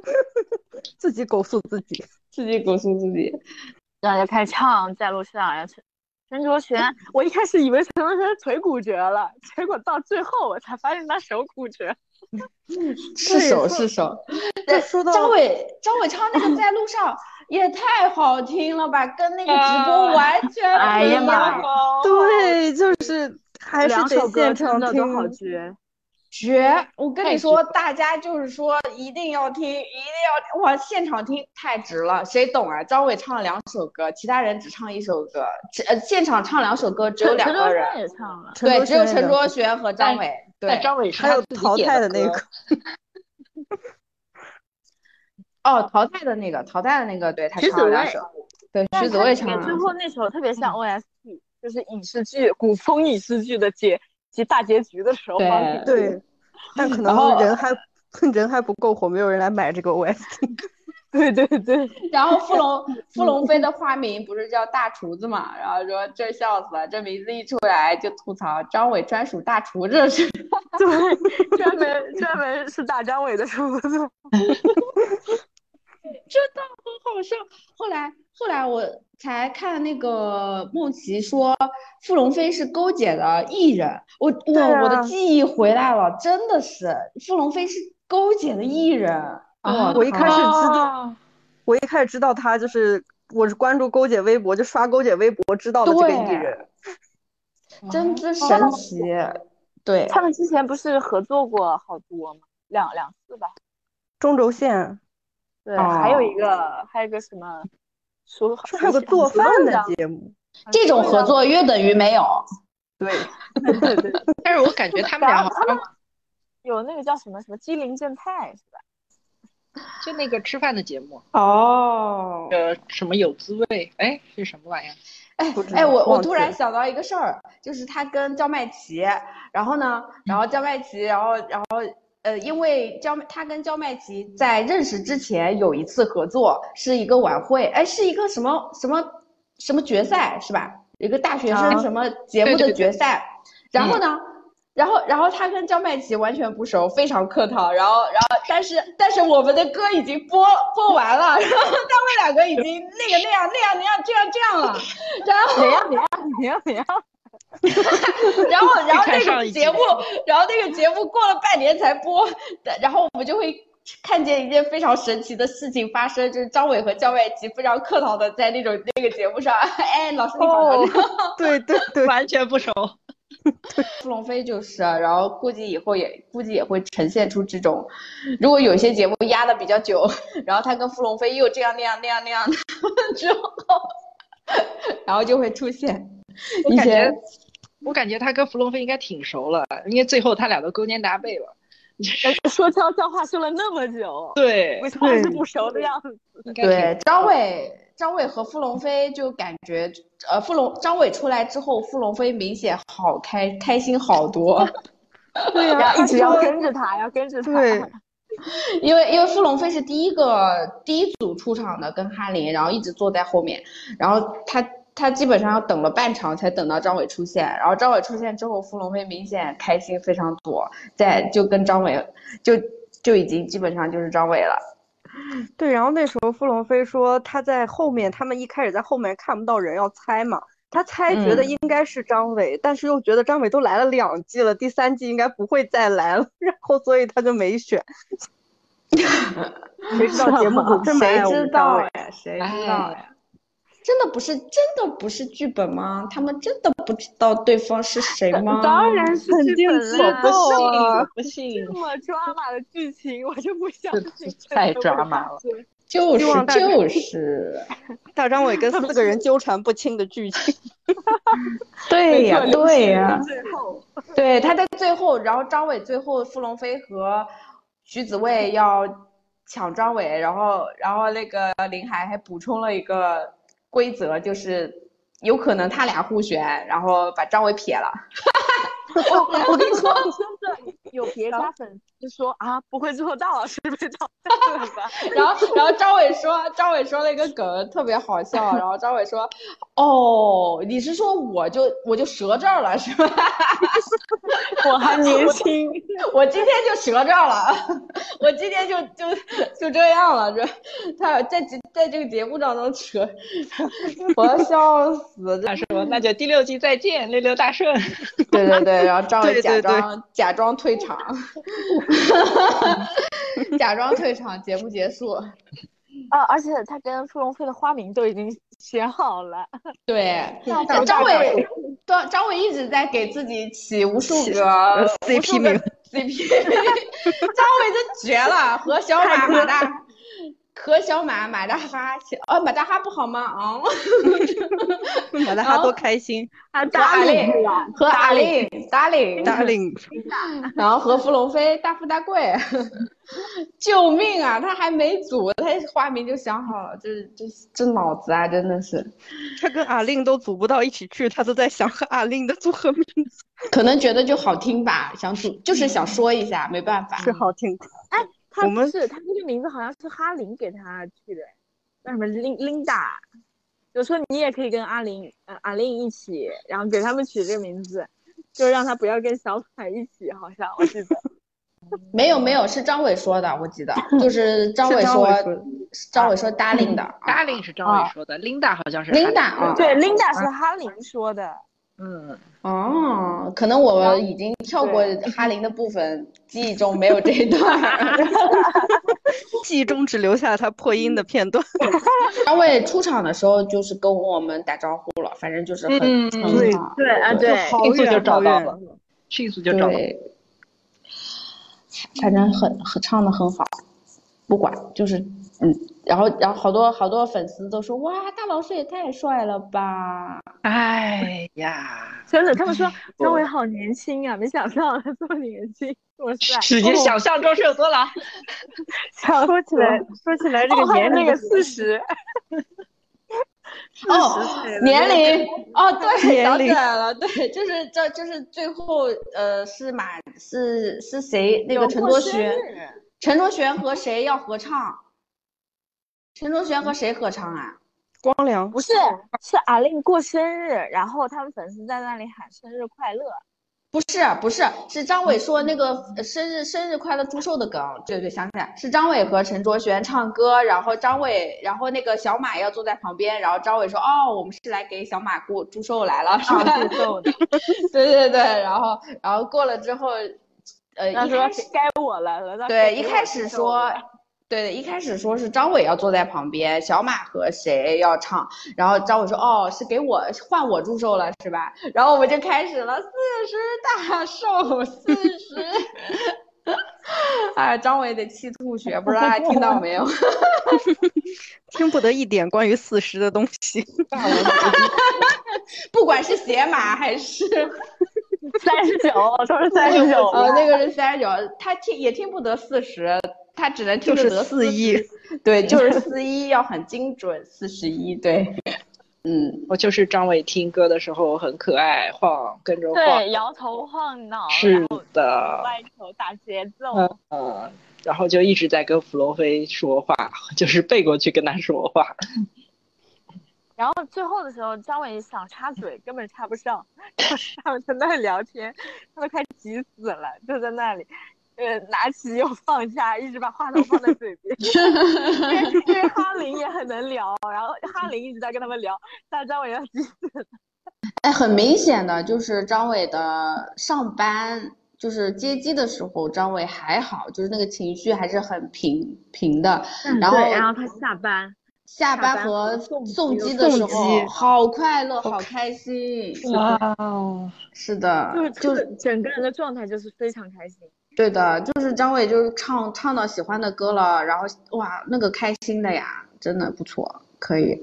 F: 自己狗诉自己，
E: 自己狗素自己。
B: 然后就开始唱，在路上，然后陈陈卓璇，我一开始以为陈卓璇腿骨折了，结果到最后我才发现他手骨折。
E: 是手是手。
F: 就说到
E: 张伟，张伟唱那个在路上也太好听了吧，跟那个直 播完全不一样。
B: 哎呀妈呀！
F: 对，就是啊还是
B: 两
F: 得
B: 首歌
F: 现
B: 真
F: 场
B: 的
F: 听
B: 都。好绝，
E: 绝！我跟你说，大家就是说一定要听，一定要哇，现场听太值了，谁懂啊？张伟唱了两首歌，其他人只唱一首歌，只呃现场唱两首歌，只有两
B: 陈卓
E: 个
B: 璇
E: 人，
B: 也唱了，
F: 陈
E: 对，
F: 卓
E: 只有
F: 轩
E: 陈
F: 的
E: 卓璇和张伟，
D: 但
E: 对。
D: 张伟是
F: 还
D: 他
F: 有
D: 自己
F: 淘
D: 点
F: 汰
D: 的
F: 的那
D: 歌
F: 个，
E: 哦，淘汰的那个，淘汰的那个，对他
B: 徐
E: 唱了
B: 子
E: 两
B: 未
E: 首，对，
B: 但
E: 徐
B: 是
E: 子
B: 他
E: 未
B: 那
E: 唱
B: 个
E: 了嗯
B: 最
E: 两首。
B: 后那首特别像 OST，就是影视剧古风影视剧的结及大结局的时候
E: 对
B: 放进去。
F: 对，但可能
E: 后
F: 人还 人还不够火，没有人来买这个 OST。
B: 对对对，
E: 然后傅 龙傅龙飞的花名不是叫大厨子嘛？然后说这笑死了，这名字一出来就吐槽张伟专属大厨这是。
B: 对，专门专门是大张伟的厨子，
E: 真的很好笑。后来后来我才看那个梦琪说傅龙飞是勾姐的艺人，我我、
F: 对啊
E: 我的记忆回来了，真的是傅龙飞是勾姐的艺人。
B: 哦
D: 啊
F: 我一开始知道，
D: 啊
F: 我一开始知道他就是我是关注勾姐微博，就刷勾姐微博知道的这个艺
E: 对
F: 人。
E: 真
F: 哦
E: 之
B: 哦
E: 神奇。对，
B: 他们之前不是合作过好多吗？两两次吧。
F: 中轴线
B: 对，
E: 哦
B: 还有一个，还有一个什么，说
F: 是还有个做饭的节目，
E: 这种合作约等于没有。
F: 对，
B: 对对。
D: 但是我感觉他们
B: 然
D: 俩
B: 后
D: 好
B: 他们
D: 像
B: 有那个叫什么什么机灵正太是吧？
D: 就那个吃饭的节目，
A: 哦，
D: 呃，什么有滋味，哎，是什么玩意儿？
E: 哎
F: 不知
E: 哎，
F: 道
E: 我我
F: 忘
E: 突
F: 记
E: 然
F: 了
E: 想到一个事儿，就是他跟焦麦琪，然后呢，然
F: 嗯
E: 后焦麦琪，然后然后呃，因为焦他跟焦麦琪在认识之前有一次合作，是一个晚会，哎，是一个什么什么什么决赛是吧？一个大学生
B: 啊
E: 什么节
D: 对
E: 目
D: 对
E: 的
D: 对
E: 决赛，然后
F: 嗯
E: 呢？然后，然后他跟焦麦琪完全不熟，非常客套。然后，然后，但是，但是我们的歌已经播播完了，然后 他们两个已经那个那样那样那样这样这样了。然后，
B: 怎样怎样 怎样怎样？
E: 然后，然后
D: 看
E: 那
D: 上
E: 个
D: 一
E: 节
D: 集
E: 目，然后那个节目过了半年才播，但然后我们就会看见一件非常神奇的事情发生，就是张伟和焦麦琪非常客套的在那种那个节目上， 哎，老师你好，
D: 哦
E: 老师你好
F: 对对对，
D: 完全不熟。
E: 付龙飞就是啊，然后估计以后也估计也会呈现出这种，如果有些节目压的比较久， 然后他跟付龙飞又这样那样那样那样 之后，然后就会出现
D: 我
E: 以
D: 感觉
E: 前，
D: 我感觉他跟弗龙飞应该挺熟了，因为最后他俩都勾肩搭背了。
B: 说悄悄话说了那么久，
D: 对
B: 为，什么还是不熟的样子？
D: 应该挺
E: 对张伟张伟和付龙飞就感觉呃付龙张伟出来之后，付龙飞明显好开开心好多。
F: 对呀、
B: 然后一直要
F: 他说
B: 跟着他，要跟着他。
F: 对，
E: 因为因为傅龙飞是第一个第一组出场的，跟哈林，然后一直坐在后面，然后他他基本上要等了半场才等到张伟出现，然后张伟出现之后，傅龙飞明显开心非常多，在就跟张伟就就已经基本上就是张伟了，
F: 对，然后那时候傅龙飞说他在后面，他们一开始在后面看不到人，要猜嘛。他猜觉得
E: 嗯
F: 应该是张伟，但是又觉得张伟都来了两季了，第三季应该不会再来了， 然后所以他就没选。谁知道节目组这么
E: 谁
F: 爱我
E: 知
F: 们张
E: 道
F: 伟
E: 呀？谁知道
D: 哎
E: 呀？真的不是真的不是剧本吗？他们真的不知道对方是 谁吗？
B: 当然是
F: 肯
B: 剧
F: 定
B: 本
F: 是
B: 啦
D: 我不信，
F: 啊
D: 我不信
B: 这。么抓马的剧情，我就不相信。
D: 太抓马了。
E: 就是
F: 希望大家
E: 就是，
F: 大张伟跟四个人纠缠不清的剧情。
E: 对呀
B: 没错
E: 对呀、
B: 最后，
E: 对，他在最后，然后张伟最后，傅龙飞和徐子未要抢张伟，然后然后那个林海还补充了一个规则，就是有可能他俩互选，然后把张伟撇了。
B: 哦我我跟你说，真的 有别家粉丝说啊，不会最后大老师被淘 汰了吧？
E: 然后然后张伟说，张伟说了一个梗特别好笑，然后张伟说，哦，你是说我就我就折这儿了是吧？
B: 我还年轻，
E: 我今天就折这儿了，我今天就就就这样了，这他在这在这个节目当中折，我要笑死！这
D: 他说：“那就第六季再见，六六大顺。
E: 对对对，然后张伟
F: 对
E: 假
F: 对对
E: 装假装退场， 假装退场，节目结束。
B: 啊，而且他跟傅荣飞的花名都已经选好了，
E: 对，
F: 张
E: 张伟张张伟一直在给自己起无数个
F: CP 名
E: CP，张 伟真绝了，和小马马大，和小马马大哈，啊马大哈不好吗？啊、
F: 马大哈多开心
B: 啊，
E: 阿
B: 令
E: 令和阿令 darling
F: ，Darling，
E: 然后和伏龙飞大富大贵， 救命啊！他还没组，他花名就想好了，这这这脑子啊，真的是，
F: 他跟阿令都组不到一起去，他都在想和阿令的组合名字
E: 可能觉得就好听吧，想组就是想说一下，没办法。
F: 是好 听。
B: 他
F: 我
B: 不
F: 们
B: 是他这个名字好像是哈林给他取的，叫什么琳琳达，就说你也可以跟阿林呃阿令一起，然后给他们取这个名字，就让他不要跟小满一起，好像我记得
E: 没有没有，是张伟说的，我记 得就是张
F: 是
E: 伟
F: 张
E: 说
F: 伟说的，
E: 是张伟说 darling 的啊
D: ”Darling 是张伟说的，Linda 好像是
E: Linda
D: 哈
E: 啊
D: 林
B: 对，琳达是哈林说的，
D: 嗯，
E: 哦，可能我已经跳过 哈林的部分，记忆中没有这一 段。
F: 记忆中只留下了他破音的片 段。
E: 张伟出场的时候就是跟我们打招呼了，反正就是很
D: 嗯
E: 很
F: 对
E: 好。
B: 对啊
E: 对
B: 对，
F: 好
D: 迅速
F: 远
D: 就找
F: 好
D: 到
F: 远
D: 了，迅速就找到了。
E: 对，反正很很唱的很好，不管就是嗯然后然后好多好多粉丝都说哇，大老师也太帅了吧！
D: 哎呀，
B: 真的，他们说张伟好年轻啊，没想到他这么年轻，这么帅。
D: 使劲想象中是有多老？
B: 说起来，哦说起来这个年龄，四十，
E: 哦，年龄哦，对，
F: 年
E: 想起
F: 龄
E: 来了，对，就是这就是最后呃是马是是谁那个
B: 有
E: 陈
B: 过
E: 卓
B: 生
E: 璇，
B: 日
E: 陈卓璇和谁要合唱？陈卓璇和谁合唱啊？
F: 光良
B: 不是是阿令过生日，然后他们粉丝在那里喊生日快乐。
E: 不是不是，是张伟说那个呃生日生日快乐祝寿的梗，对对，想起来是张伟和陈卓璇唱歌，然后张伟，然后那个小马要坐在旁边，然后张伟说哦，我们是来给小马过祝寿来了，是吧？
B: 啊，最逗的。
E: 对对对，然后然后过了之后，呃，
B: 他
E: 一
B: 说
E: 开始
B: 该我了，轮到
E: 对
B: 给
E: 一
B: 我
E: 开
B: 了
E: 始
B: 轮到我
E: 说
B: 了，
E: 对对，一开始说是张伟要坐在旁边，小马和谁要唱，然后张伟说哦，是给我换我祝寿了是吧？然后我们就开始了四十大寿，四十。哎，张伟得气吐血，不知道大家听到没有？
F: 听不得一点关于四十的东西。
E: 不管是鞋码还是
B: 三十九，都是三十九。
E: 呃那个是三十九，他听也听不得四十，他只能听
F: 就
E: 得
F: 是
E: 得
F: 四亿，
E: 对，就是 四一要很精准，四十一对，嗯，
D: 我就是张伟听歌的时候很可爱，晃跟着晃
B: 对，，摇头晃脑，然
D: 是
B: 后
D: 的，
B: 歪头打节奏。
D: 嗯，然后就一直在跟弗洛菲说话， 就是背过去跟他说话。
B: 然后最后的时候，张伟想插嘴，根本插不上， 就是他们在那里聊天，他都快急死了，就在那里，呃，拿起又放下，一直把话筒放在嘴 边。因为因为哈林也很能聊，然后哈林一直在跟他们聊，但张伟要急死了。
E: 哎，很明显的就是张伟的上班就是接机的时候，张伟还好，就是那个情绪还是很平平的，
B: 嗯
E: 然后
G: 对然后他下班，下
E: 下班
G: 班
E: 和
G: 和送
E: 送
G: 机
E: 机
G: 又
E: 的
F: 送
E: 时候
F: 机
E: 好快乐，好开心，
D: 哇，
E: 是的，
G: 就是就是整个人的状态就是非常开心。
E: 对的，就是张伟就是唱唱到喜欢的歌了，然后哇，那个开心的呀，真的不错，可以，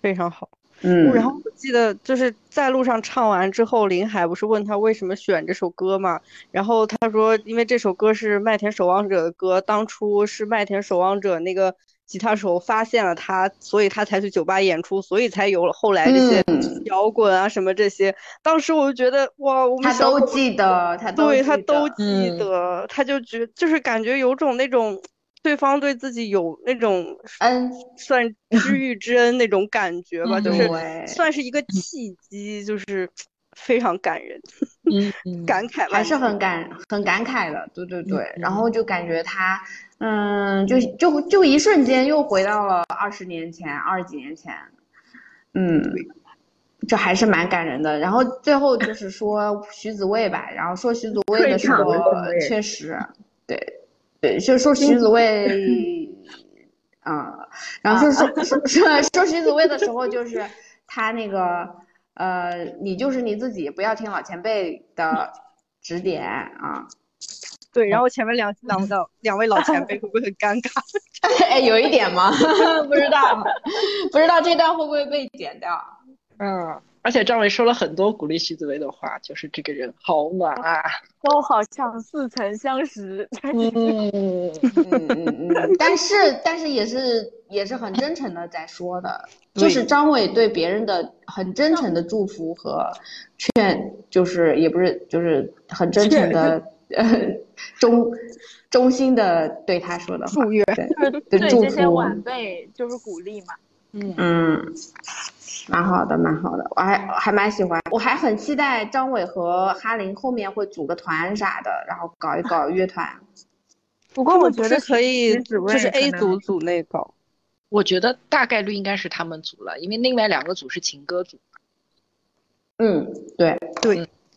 F: 非常好。
E: 嗯，
F: 然后我记得就是在路上唱完之后，林海不是问他为什么选这首歌嘛？然后他说，因为这首歌是麦田守望者的歌，当初是麦田守望者那个吉他手发现了他，所以他才去酒吧演出，所以才有了后来这些
E: 嗯
F: 摇滚啊什么这些。当时我就觉得哇，我们
E: 他
F: 小
E: 都
F: 狗
E: 记得，他都
F: 对
E: 记
F: 他都
E: 得
F: 记
D: 嗯
F: 得，他就觉就是感觉有种那种对方对自己有那种
B: 哎
E: 嗯，
F: 算知遇之恩那种感觉
B: 嗯
F: 吧，就是
E: 对
F: 算是一个契机，就是非常感人，
D: 嗯
F: 感慨
E: 还
F: 万
E: 是
F: 千。
E: 很感很感慨的，对对对。然后就感觉他，嗯，就就就一瞬间又回到了二十年前，二十几年前，嗯，这还是蛮感人的。然后最后就是说 徐子未吧，然后说徐子未的时候嗯
G: 退场了徐子，未
E: 确实，对对，就说徐子 未，啊、然后说 说说说说徐子未的时候，就是他那个呃，你就是你自己，不要听老前辈的指点啊。
F: 对，然后前面两两两两位老前辈会不会很尴尬？
E: 哎，有一点吗？ 不知道，不知道这段会不会被剪掉？
D: 嗯，而且张伟说了很多鼓励徐子薇的话，就是这个人好暖啊。
B: 都好像似曾相识，
D: 嗯，
E: 嗯嗯嗯，但是但是也是也是很真诚的在说的，就是张伟对别人的很真诚的祝福和劝，就是也不是就是很真诚的呃衷衷心的对他说的话，
F: 祝愿
E: 对
B: 对
E: 对祝
B: 这些
E: 福，
B: 晚辈就是鼓励嘛。
E: 嗯，蛮好的，蛮好的，我还还蛮喜欢，我还很期待张伟和哈林后面会组个团啥的，然后搞一搞乐团。
B: 不
F: 他
B: 过
F: 们
B: 我
F: 不
B: 觉
F: 是
B: 得
F: 可以，就
G: 位
F: 是
G: 可
F: A
G: 能
F: 组组那个，
D: 我觉得大概率应该是他们组了，因为另外两个组是情歌组，
E: 嗯，对，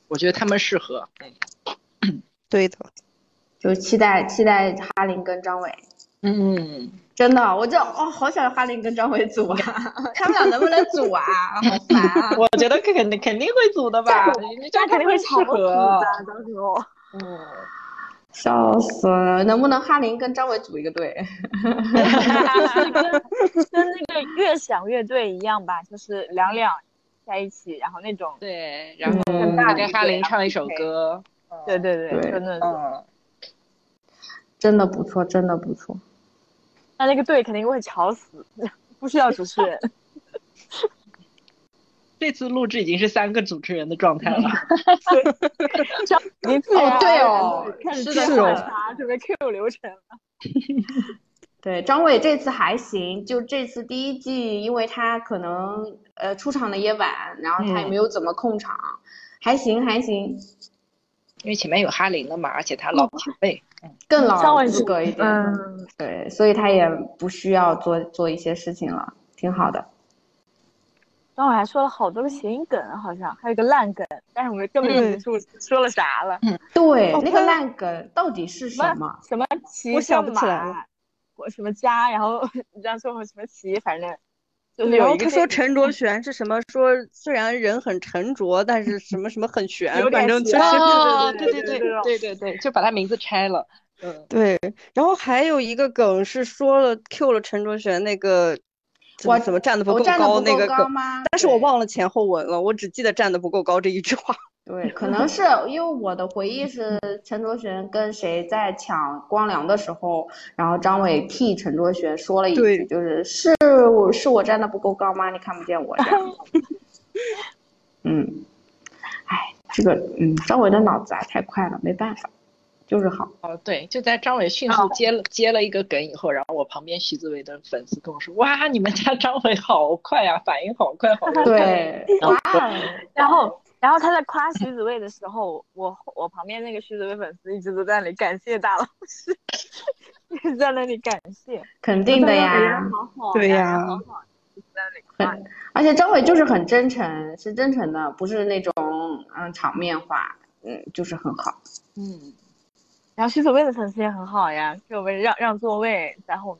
D: 我觉得他们适合。
F: 对的，
E: 就期待期待哈林跟张伟。
D: 嗯，
E: 真的，我这哦，好想哈林跟张伟组啊，他们俩能不能组啊？好烦啊！
D: 我觉得肯定 肯定会组的吧，人家
B: 这肯定会
D: 适
B: 吵死
D: 合
B: 的，。到时候。
E: 笑死了！能不能哈林跟张伟组一个队？
B: 就是跟跟那个悦享乐队一样吧，就是两两在一起，然后那种，
D: 对，然后
E: 嗯
B: 大的
D: 跟哈林唱一首歌，
B: 对对对，
E: 对
B: 真的是，
D: 嗯，
E: 真的不错，真的不错。
B: 那那个队肯定会吵死，不需要主持 人。
D: 这次录制已经是三个主持人的状态了。
B: 你自然
E: 哦对哦
B: 开始
E: 是
B: 接话
E: 的是的
B: 茬，准备 Q 流程了。
E: 对，张伟这次还行，就这次第一季，因为他可能呃出场的也晚，然后他也
D: 嗯
E: 没有怎么控场，还行还行，
D: 因为前面有哈林了嘛，而且他
B: 哦
D: 老前辈，
E: 更老
B: 张伟是
E: 资格一点，
B: 嗯，
E: 对，所以他也不需要做做一些事情了，挺好的。
B: 然后我还说了好多个谐音梗，好像还有一个烂梗，但是我们根本就
F: 嗯
B: 不注说了啥了。
E: 对，
F: 哦
E: 那
F: 他
E: 个烂梗到底是什么？
B: 什么骑
F: 我
B: 上
F: 想不起来
B: 马，我什么家，然后 你这样说我什么骑，反正就是
F: 然
B: 有
F: 后
B: 一个嗯
F: 他说
B: 这
F: 沉着悬是什么？说虽然人很沉着，但是什么什么很悬
B: 有，点
F: 反正就
B: 悬
F: 是
B: 啊
D: 对
B: 对对
D: 对
B: 对对
D: 对对对，就把他名字拆了。嗯，
F: 对。然后还有一个梗是说了 Q 了陈卓璇那个怎么
E: 我
F: 怎么站得不
E: 我
F: 够
E: 站的
F: 高
E: 不
F: 那
E: 够
F: 个
E: 高
F: 梗，
E: 吗？
F: 但是我
E: 对
F: 忘了前后文了，我只记得站得不够高这一句话。
E: 对，可能是因为我的回忆是陈卓璇跟谁在抢光良的时候，然后张伟替陈卓璇说了一句，
F: 对
E: 就是是我是我站的不够高吗？你看不见我这样。 嗯，哎，这个嗯，张伟的脑子啊太快了，没办法，就是好。
D: 哦对，就在张伟迅
B: 哦
D: 速接了接了一个梗以后，然后我旁边徐子维的粉丝跟我说：“哇，你们家张伟好快啊，反应好快，好快。”，
E: 对，
D: 然后
E: 哇，
B: 然后，然后他在夸徐子未的时候，我我旁边那个徐子未粉丝一直都在那里感谢大老师， 一直在那里感谢。
E: 肯定的呀。
B: 哎好好，
F: 对呀
B: 哎好好，一直在那里夸。
E: 而且张伟就是很真诚，是真诚的，不是那种嗯场面话，嗯，就是很好。
D: 嗯，
B: 然后徐子未的粉丝也很好呀，给我们让让座位，然后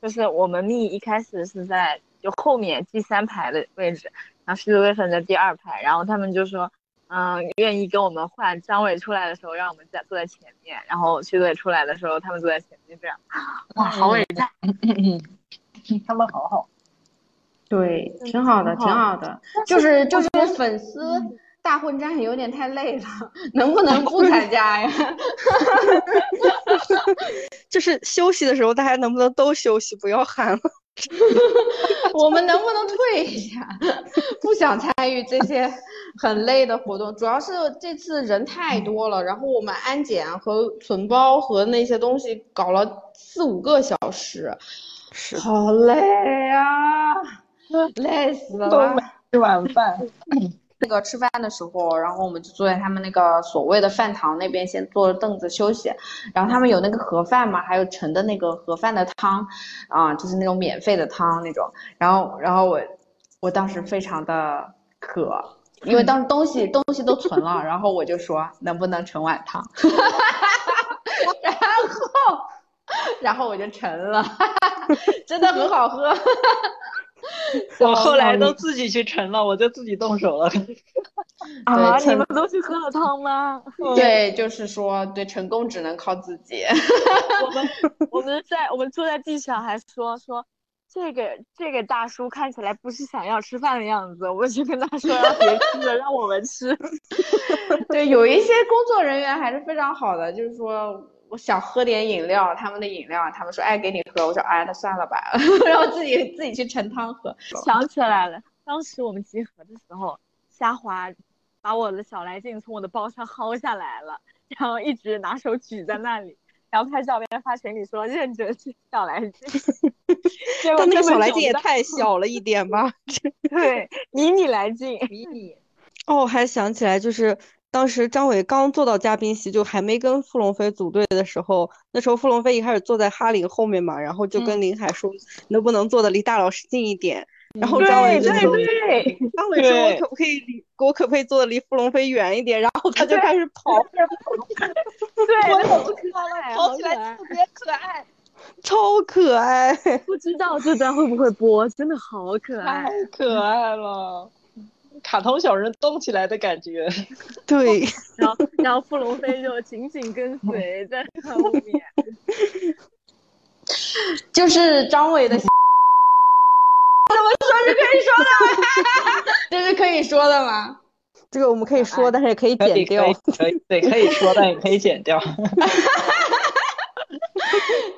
B: 就是我们密一开始是在就后面第三排的位置，然后徐子未粉在第二排，然后他们就说，嗯，愿意跟我们换。张伟出来的时候，让我们在坐在前面，然后徐子未出来的时候，他们坐在前面，这样，哇，好
D: 嗯
B: 伟大！
D: 他们好好。
E: 对，
B: 嗯
E: 挺好的，
B: 挺
E: 挺
B: 好
E: 好的。就是就是粉丝大混战有点太累了，能不能不参加呀？
F: 就是休息的时候，大家能不能都休息，不要喊了？
E: 我们能不能退一下？ 不想参与这些很累的活动，主要是这次人太多了，然后我们安检和存包和那些东西搞了四五个小时，
F: 是
E: 好累呀、累死了。
D: 吃晚饭，
E: 那个吃饭的时候，然后我们就坐在他们那个所谓的饭堂那边，先坐着凳子休息。然后他们有那个盒饭嘛，还有盛的那个盒饭的汤，啊，就是那种免费的汤那种。然后，然后我我当时非常的渴，因为当时东西东西都存了，然后我就说能不能盛碗汤，然后 然后我就盛了，真的很好喝。
D: 我后来都自己去盛了，我就自己动手 了。
B: 啊，
E: 对
B: 你们都去喝了汤吗？
E: 对，就是说对成功只能靠自己。
B: 我们我们在我们坐在地上还说说，这个这个大叔看起来不是想要吃饭的样子，我们就跟他说要别吃了，让我们 吃。
E: 对，有一些工作人员还是非常好的，就是说我想喝点饮料，他们的饮料，他们说哎给你喝，我说哎那算了吧， 然后自己自己去盛汤喝。
B: 想起来了，当时我们集合的时候，虾滑把我的小来劲从我的包上薅下来了，然后一直拿手举在那里。然后拍照片发群里说认准是小来劲， 结果
F: 但那个
B: 根本
F: 小来
B: 找
F: 劲也
B: 不到
F: 太小了一点吧。
B: 对迷你来劲，
D: 迷你，
F: 哦，我还想起来，就是当时张伟刚坐到嘉宾席，就还没跟傅龙飞组队的时候，那时候傅龙飞一开始坐在哈林后面嘛，然后就跟林海说，能不能坐的离大老师近一点？然后张伟
B: 对
F: 就
B: 对
F: 说，
B: 对，
F: 张伟说，我
D: 对
F: 可不可以离，我可不可以坐的离傅龙飞远一点？然后他就开始跑，
B: 对，那好可爱，
C: 跑
B: 好
C: 起
B: 可
C: 来
B: 爱啊
C: 特别可爱，
F: 超可爱。
B: 哎不知道这段会不会播，真的好可爱。
D: 可爱了。卡通小人动起来的感觉。
F: 对，
G: 然后然后傅龙飞就紧紧跟 随在他后面，
E: 就是张伟的。 怎么 说是可以说的吗？
F: 这个我们可以说，但是也可以
D: 可
F: 剪
D: 以
F: 掉。
D: 可以对，可以说，但也可以剪
E: 这是可
D: 掉。
E: 以说的吗？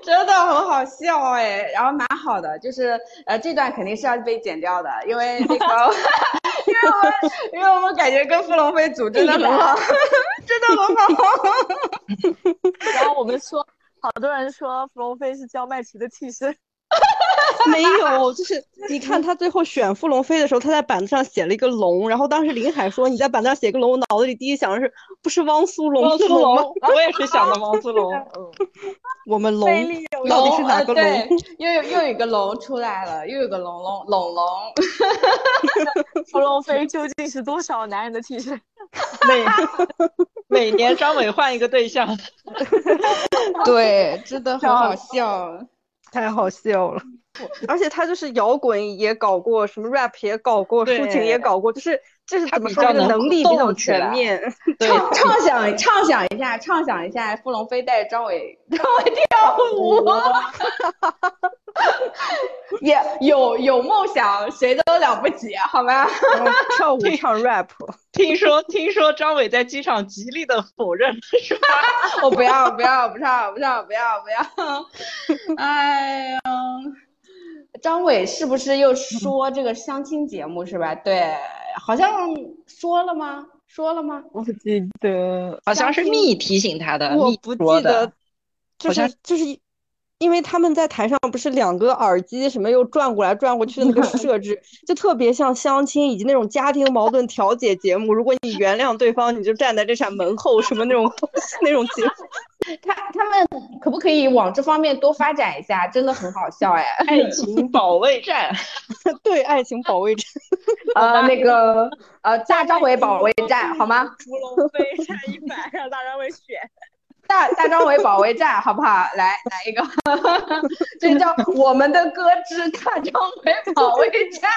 E: 真的很好笑哎，然后蛮好的，就是呃这段肯定是要被剪掉的，因为那个，因为我们因为我们感觉跟傅龙飞组真的很好， 真的很好。
B: 然后我们说，好多人说芙蓉飞是焦麦琪的替身，
F: 没有，就是你看他最后选傅龙飞的时候，他在板子上写了一个龙，然后当时林海说你在板子上写个龙，我脑子里第一想的是不是汪苏泷
D: 汪
F: 是
D: 苏
F: 龙吗？
D: 泷，我也是想的汪苏泷。嗯，
F: 我们龙
B: 魅力有
F: 到底是
D: 啊
F: 哪个龙？
E: 呃对，又有又有一个龙出来了，又有一个龙龙龙 龙，
B: 芙蓉飞究竟是多少男人的替身？
D: 每每年张伟换一个对象，
E: 对，真的很好笑。
F: 太好笑了。而且他就是摇滚也搞过，什么 rap 也搞过，抒情也
D: 对
F: 搞过，就是这是
D: 他
F: 怎么
D: 比
F: 说
D: 较
F: 这个
D: 能
F: 能力比较
D: 动起
F: 全
D: 来
F: 面。
D: 对，
E: 畅畅想畅想一下，畅想一下，傅龙飞带着张伟张伟跳舞， 也有有梦想，谁都了不起，好吗？
F: 然后 跳舞唱 rap，
D: 听说听说张伟在机场极力的否认，说
E: 我不要不要不要不要不 要不要，哎呀，张伟是不是又说这个相亲节目是吧？对，好像说了吗？说了吗？
B: 我记得
D: 好像是密提醒他的，
F: 我
D: 密
F: 不
D: 呃说
F: 记
D: 的
F: 得，，就
D: 好像
F: 是就是一，因为他们在台上不是两个耳机什么又转过来转过去的那个设置，就特别像相亲以及那种家庭矛盾调解节目。如果你原谅对方，你就站在这扇门后什么那种那种节目。
E: 他他们可不可以往这方面多发展一下？真的很好笑 哎。
D: 爱情保卫战，
F: 对，爱情保卫战。
E: 呃，那个呃，大张伟保卫战好 吗？
G: 芙蓉飞站一百，让大张伟选。
E: 大大张伟保卫战好不好？来来一个， 这叫我们的歌之大张伟保卫战。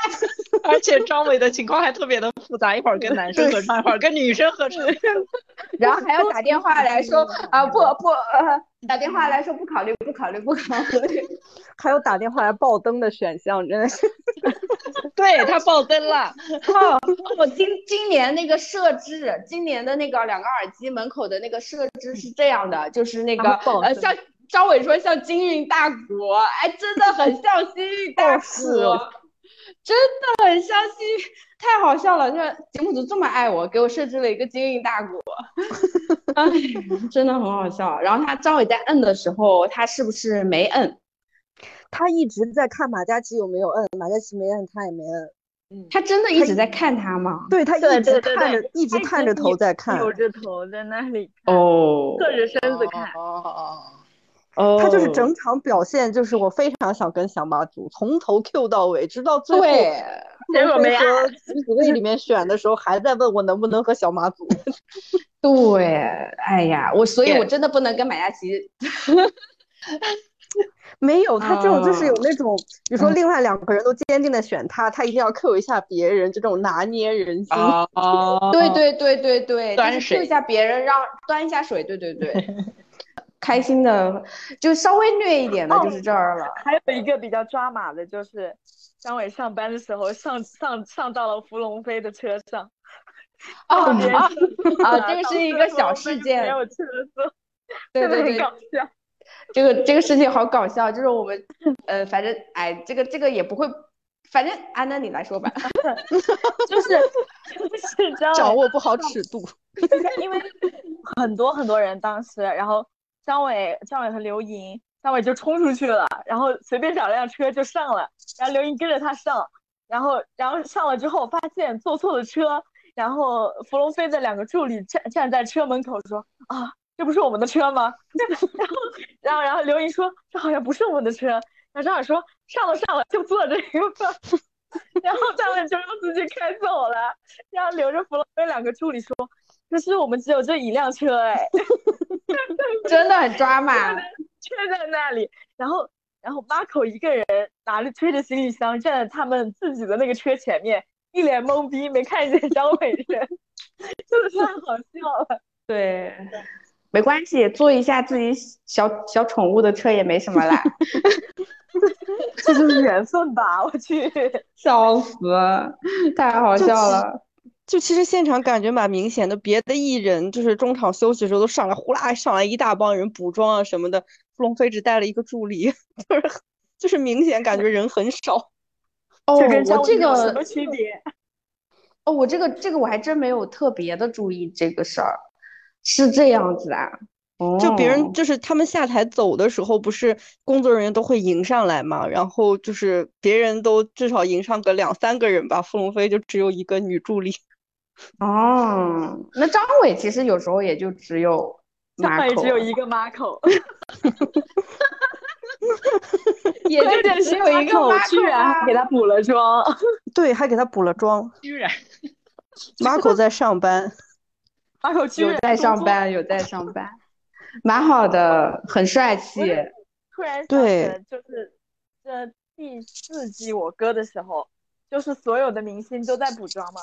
D: 而且张伟的情况还特别的复杂，一会儿跟男生合唱，一会儿跟女生合唱，
E: 然后还要打电话来 说啊、不不呃，打电话来说不考虑不考虑不考虑。
F: 还有打电话来爆灯的选项，真的是
D: 对他 爆灯了，
E: 哦，我今今年那个设置，今年的那个两个耳机门口的那个设置是这样的，就是那个
B: 啊爆
E: 呃，
B: 声
E: 像张伟说像金运大鼓，哎，真的很像金运大
F: 哦
E: 鼓，
F: 是哦
E: 真的很像金运，太好笑了！这节目组这么爱我，给我设置了一个金运大 鼓，哎，真的很好笑。然后他张伟在摁的时候，他是不是没摁？
F: 他一直在看马嘉祺有没有摁，马嘉祺没摁，他也没摁。
E: 他真的一直在看他吗？
F: 对他
G: 对
F: 一直
G: 对对
F: 看
G: 对
F: 着，一直
G: 他一
F: 探
G: 直
F: 着头
G: 扭
F: 在看，
G: 扭着头在那里
E: 哦
G: 侧着身子看，
E: 哦
F: 他就是整场表现就是我非常想跟响巴组从头 Q 到尾，直到最后
E: 对。
G: 结果没按。
F: 和十几位里面选的时候，还在问我能不能和小马组。
E: 对，哎呀，我所以，
D: 对
E: 我真的不能跟马嘉祺。
F: 没有，他这种就是有
E: 啊
F: 那种，比如说另外两个人都坚定的选他，他一定要 Q 一下别人，就这种拿捏人心。
D: 哦，
E: 对对对对对，
D: 端
E: 就是
D: 水
E: 救一下别人，让端一下水。对对对，开心的就稍微虐一点的，就是这儿了。
B: 还有一个比较抓马的，就是张伟上班的时候上上上到了芙蓉飞的车上，
G: 哦
E: 啊
B: 特别
E: 啊啊！这个
G: 导
E: 是一
G: 致
E: 个
G: 芙
E: 小
G: 蓉
E: 事
G: 飞没
E: 件，
G: 有车子，
E: 对
G: 真的
E: 对
G: 很
E: 对
G: 搞，笑。
E: 这个这个事情好搞笑。就是我们呃，反正哎，这个这个也不会，反正安娜你来说吧。
B: 就是就是张
F: 掌
B: 伟，
F: 握不好尺度，
B: 因为很多很多人当时，然后张伟张伟和刘莹，张伟就冲出去了，然后随便找辆车就上了，然后刘莹跟着他上，然后然后上了之后发现坐错了车，然后芙蓉飞的两个助理站站在车门口说啊。这不是我们的车吗？ 然后，然后，然后刘莹说：“这好像不是我们的车。”然后张伟说：“上了，上了，就坐这个吧。” 然后张伟就让自己开走了，然后留着弗洛菲两个助理说：“可是我们只有这一辆车，哎，
E: 真的很抓马，
B: 缺在那里。”然后，然后 Marco 一个人拿着推着行李箱站在他们自己的那个车前面，一脸懵逼，没看见张伟人， 真的太好笑了。
E: 对，没关系，做一下自己小小宠物的车也没什么啦。
B: 这就是缘分吧？ 我去，
E: 笑死，太好笑了。
F: 就其实现场感觉蛮明显的，别的艺人就是中场休息的时候都上来呼啦上来一大帮人补妆啊什么的，傅龙飞只带了一个助理， 就是就是明显感觉人很少。
E: 哦，
B: 跟张
E: 我
B: 伟
E: 这
B: 有什么
E: 个
B: 区别？
E: 哦，我这个这个我还真没有特别的注意这个事儿，是这样子啊。哦，
F: 就别人就是他们下台走的时候，不是工作人员都会迎上来嘛，然后就是别人都至少迎上个两三个人吧，傅龙飞就只有一个女助理。
E: 哦，那张伟其实有时候也就只有
B: 张伟
E: Marco
B: 只有一个 Marco，
E: 也就
B: 关键
E: 只
B: 是
E: 有一个啊
B: Marco 居
E: Marco
B: 然还
E: 啦
B: 啊 给他补了妆。
F: 对，还给他补了 妆。
D: 居然
F: Marco 在上班，
B: Marco 居
E: 有
B: 然
E: 在
B: 工
E: 上
B: 作，
E: 班，有在上班，蛮好的，很帅气
B: 不。是突然想
F: 对
B: 起来就是这第四季我哥的时候，就是所有的明星都在补妆嘛，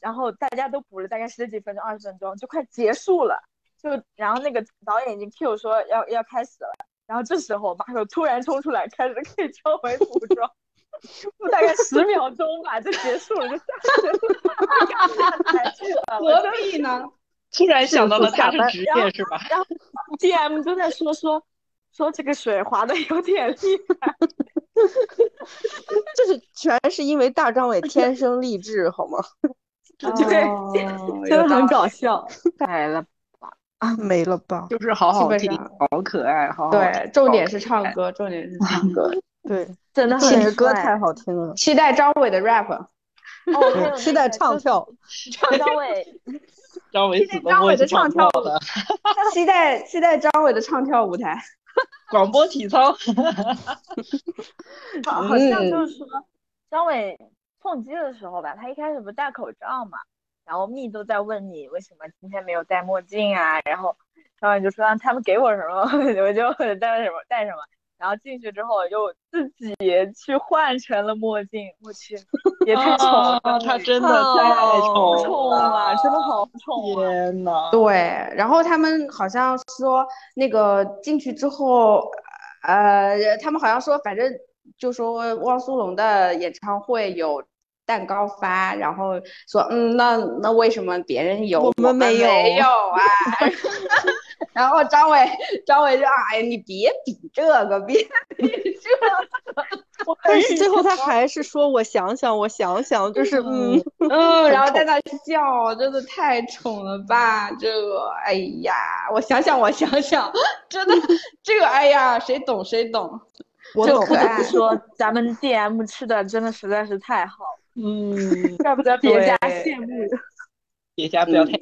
B: 然后大家都补了大概十几分钟、二十分钟，就快结束了。就然后那个导演已经 Q 说要要开始了，然后这时候马可突然冲出来，开始给张伟补妆， 补大概十秒钟吧就结束了，就下去了，下去了。我
E: 何必呢？
D: 突然想到了
B: 速下
D: 他
B: 班
D: 是职
B: 然后
D: 业是吧？
B: DM 都在说说说这个水滑的有点厉害，
F: 就是全是因为大 张伟天生丽质，好吗？
B: 对
E: 哦
B: 真的很
E: 有道
B: 搞 笑。
A: 来了，
F: 啊，没了吧？
D: 就是好好
E: 基本
D: 听
E: 上，
D: 好可爱，好好
E: 对，重点是唱歌，重点是 唱歌。
F: 对，
B: 真的
F: 简
B: 很
F: 直歌
B: 帅
F: 太好听了，
E: 期待张伟的 rap。
B: 哦，我还有
F: 期
B: 那
F: 待
B: 个
F: 唱，跳。
B: 就是张 伟，
D: 张伟死的我已经广播了，
E: 期待期待张伟的唱跳舞台。
D: 广播体操，
B: 好好像就是说张伟冲击的时候吧，他一开始不戴口罩嘛，然后蜜都在问你为什么今天没有戴墨镜啊，然后张伟就说啊让他们给我什么 我就戴什么戴什么，然后进去之后又自己去换成了墨镜，我去，也太丑了，
D: 哦他真的太
B: 好
D: 丑
B: 丑啊，真的好丑啊！
D: 天呐，
E: 对，然后他们好像说那个进去之后，呃，他们好像说，反正就说汪苏泷的演唱会有蛋糕发，然后说，嗯，那那为什么别人有
F: 我们没有
E: 没有 啊？ 然后张伟张伟就哎，你别比这个，别比这个。
F: 但是最后他还是说：“我想想，我想想。”就是嗯，
E: 嗯，然后在那笑，真的太宠了吧！这个，哎呀，我想想，我想想，真的，这个，哎呀，谁懂谁懂？
F: 嗯我
B: 就
F: 懂。
B: 不
E: 可
B: 得
E: 爱啊
B: 不说，咱们 DM 吃的真的实在是太好了，
D: 嗯，
B: 怪不得别家
E: 对
B: 羡慕。
D: 别家不要太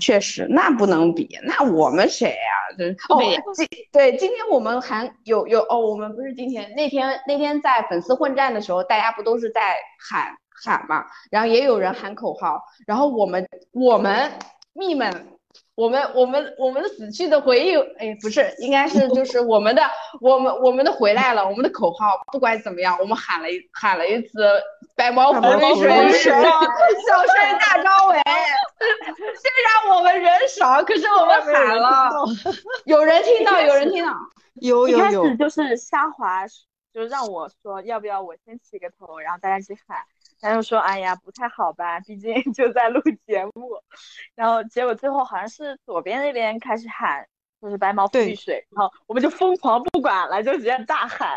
E: 确实，那不能比，那我们谁呀、真哦
D: 对呀，
E: 今对，今天我们还有有哦，我们不是今天那天那天在粉丝混战的时候，大家不都是在喊喊嘛，然后也有人喊口号，然后我们我们蜜们。我们我们我们的死去的回忆，哎，不是，应该是就是我们的我们我们的回来了，我们的口号，不管怎么样，我们喊了一喊了一次白毛
F: 白
E: 浮
F: 毛
E: 绿
F: 浮
E: 水，
F: 绿水
E: 小帅大张伟，虽然我们人少，可是我们喊了，有人听 到，有人听到。
F: 有
B: 一
F: 有
B: 开
F: 有，
B: 始就是虾滑，就让我说要不要我先起个头，然后大家一起喊。他就说：“哎呀，不太好吧，毕竟 就在录节目。”然后结果最后好像是左边那边开始喊，就是白毛浮
F: 对
B: 绿水，然后我们就疯狂不管了，就直接大喊。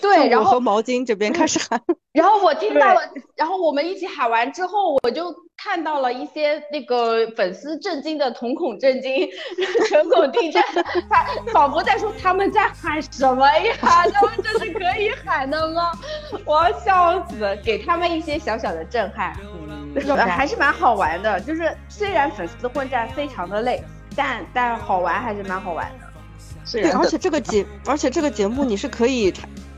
E: 对，
F: 就
E: 然
F: 我和
E: 后
F: 毛巾这边开始喊，
E: 然后我听到了，然后我们一起喊完之后，我就看到了一些那个粉丝震惊的瞳孔震惊，瞳孔地 震，他仿佛在说他们在喊什么呀？ 他们这是可以喊的吗？我要笑死，给他们一些小小的震撼。呃还是蛮好玩的。就是虽然粉丝混战非常的累，但但好玩还是蛮好玩的。
D: 虽
F: 对，
D: 然
F: 嗯而且这个节，而且这个节目你是可以，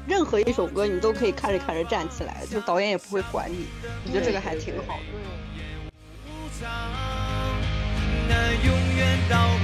F: 任何一首歌你都可以看着看着站起来，就导演也不会管你，我觉得这个还挺好的。
I: 那永远到不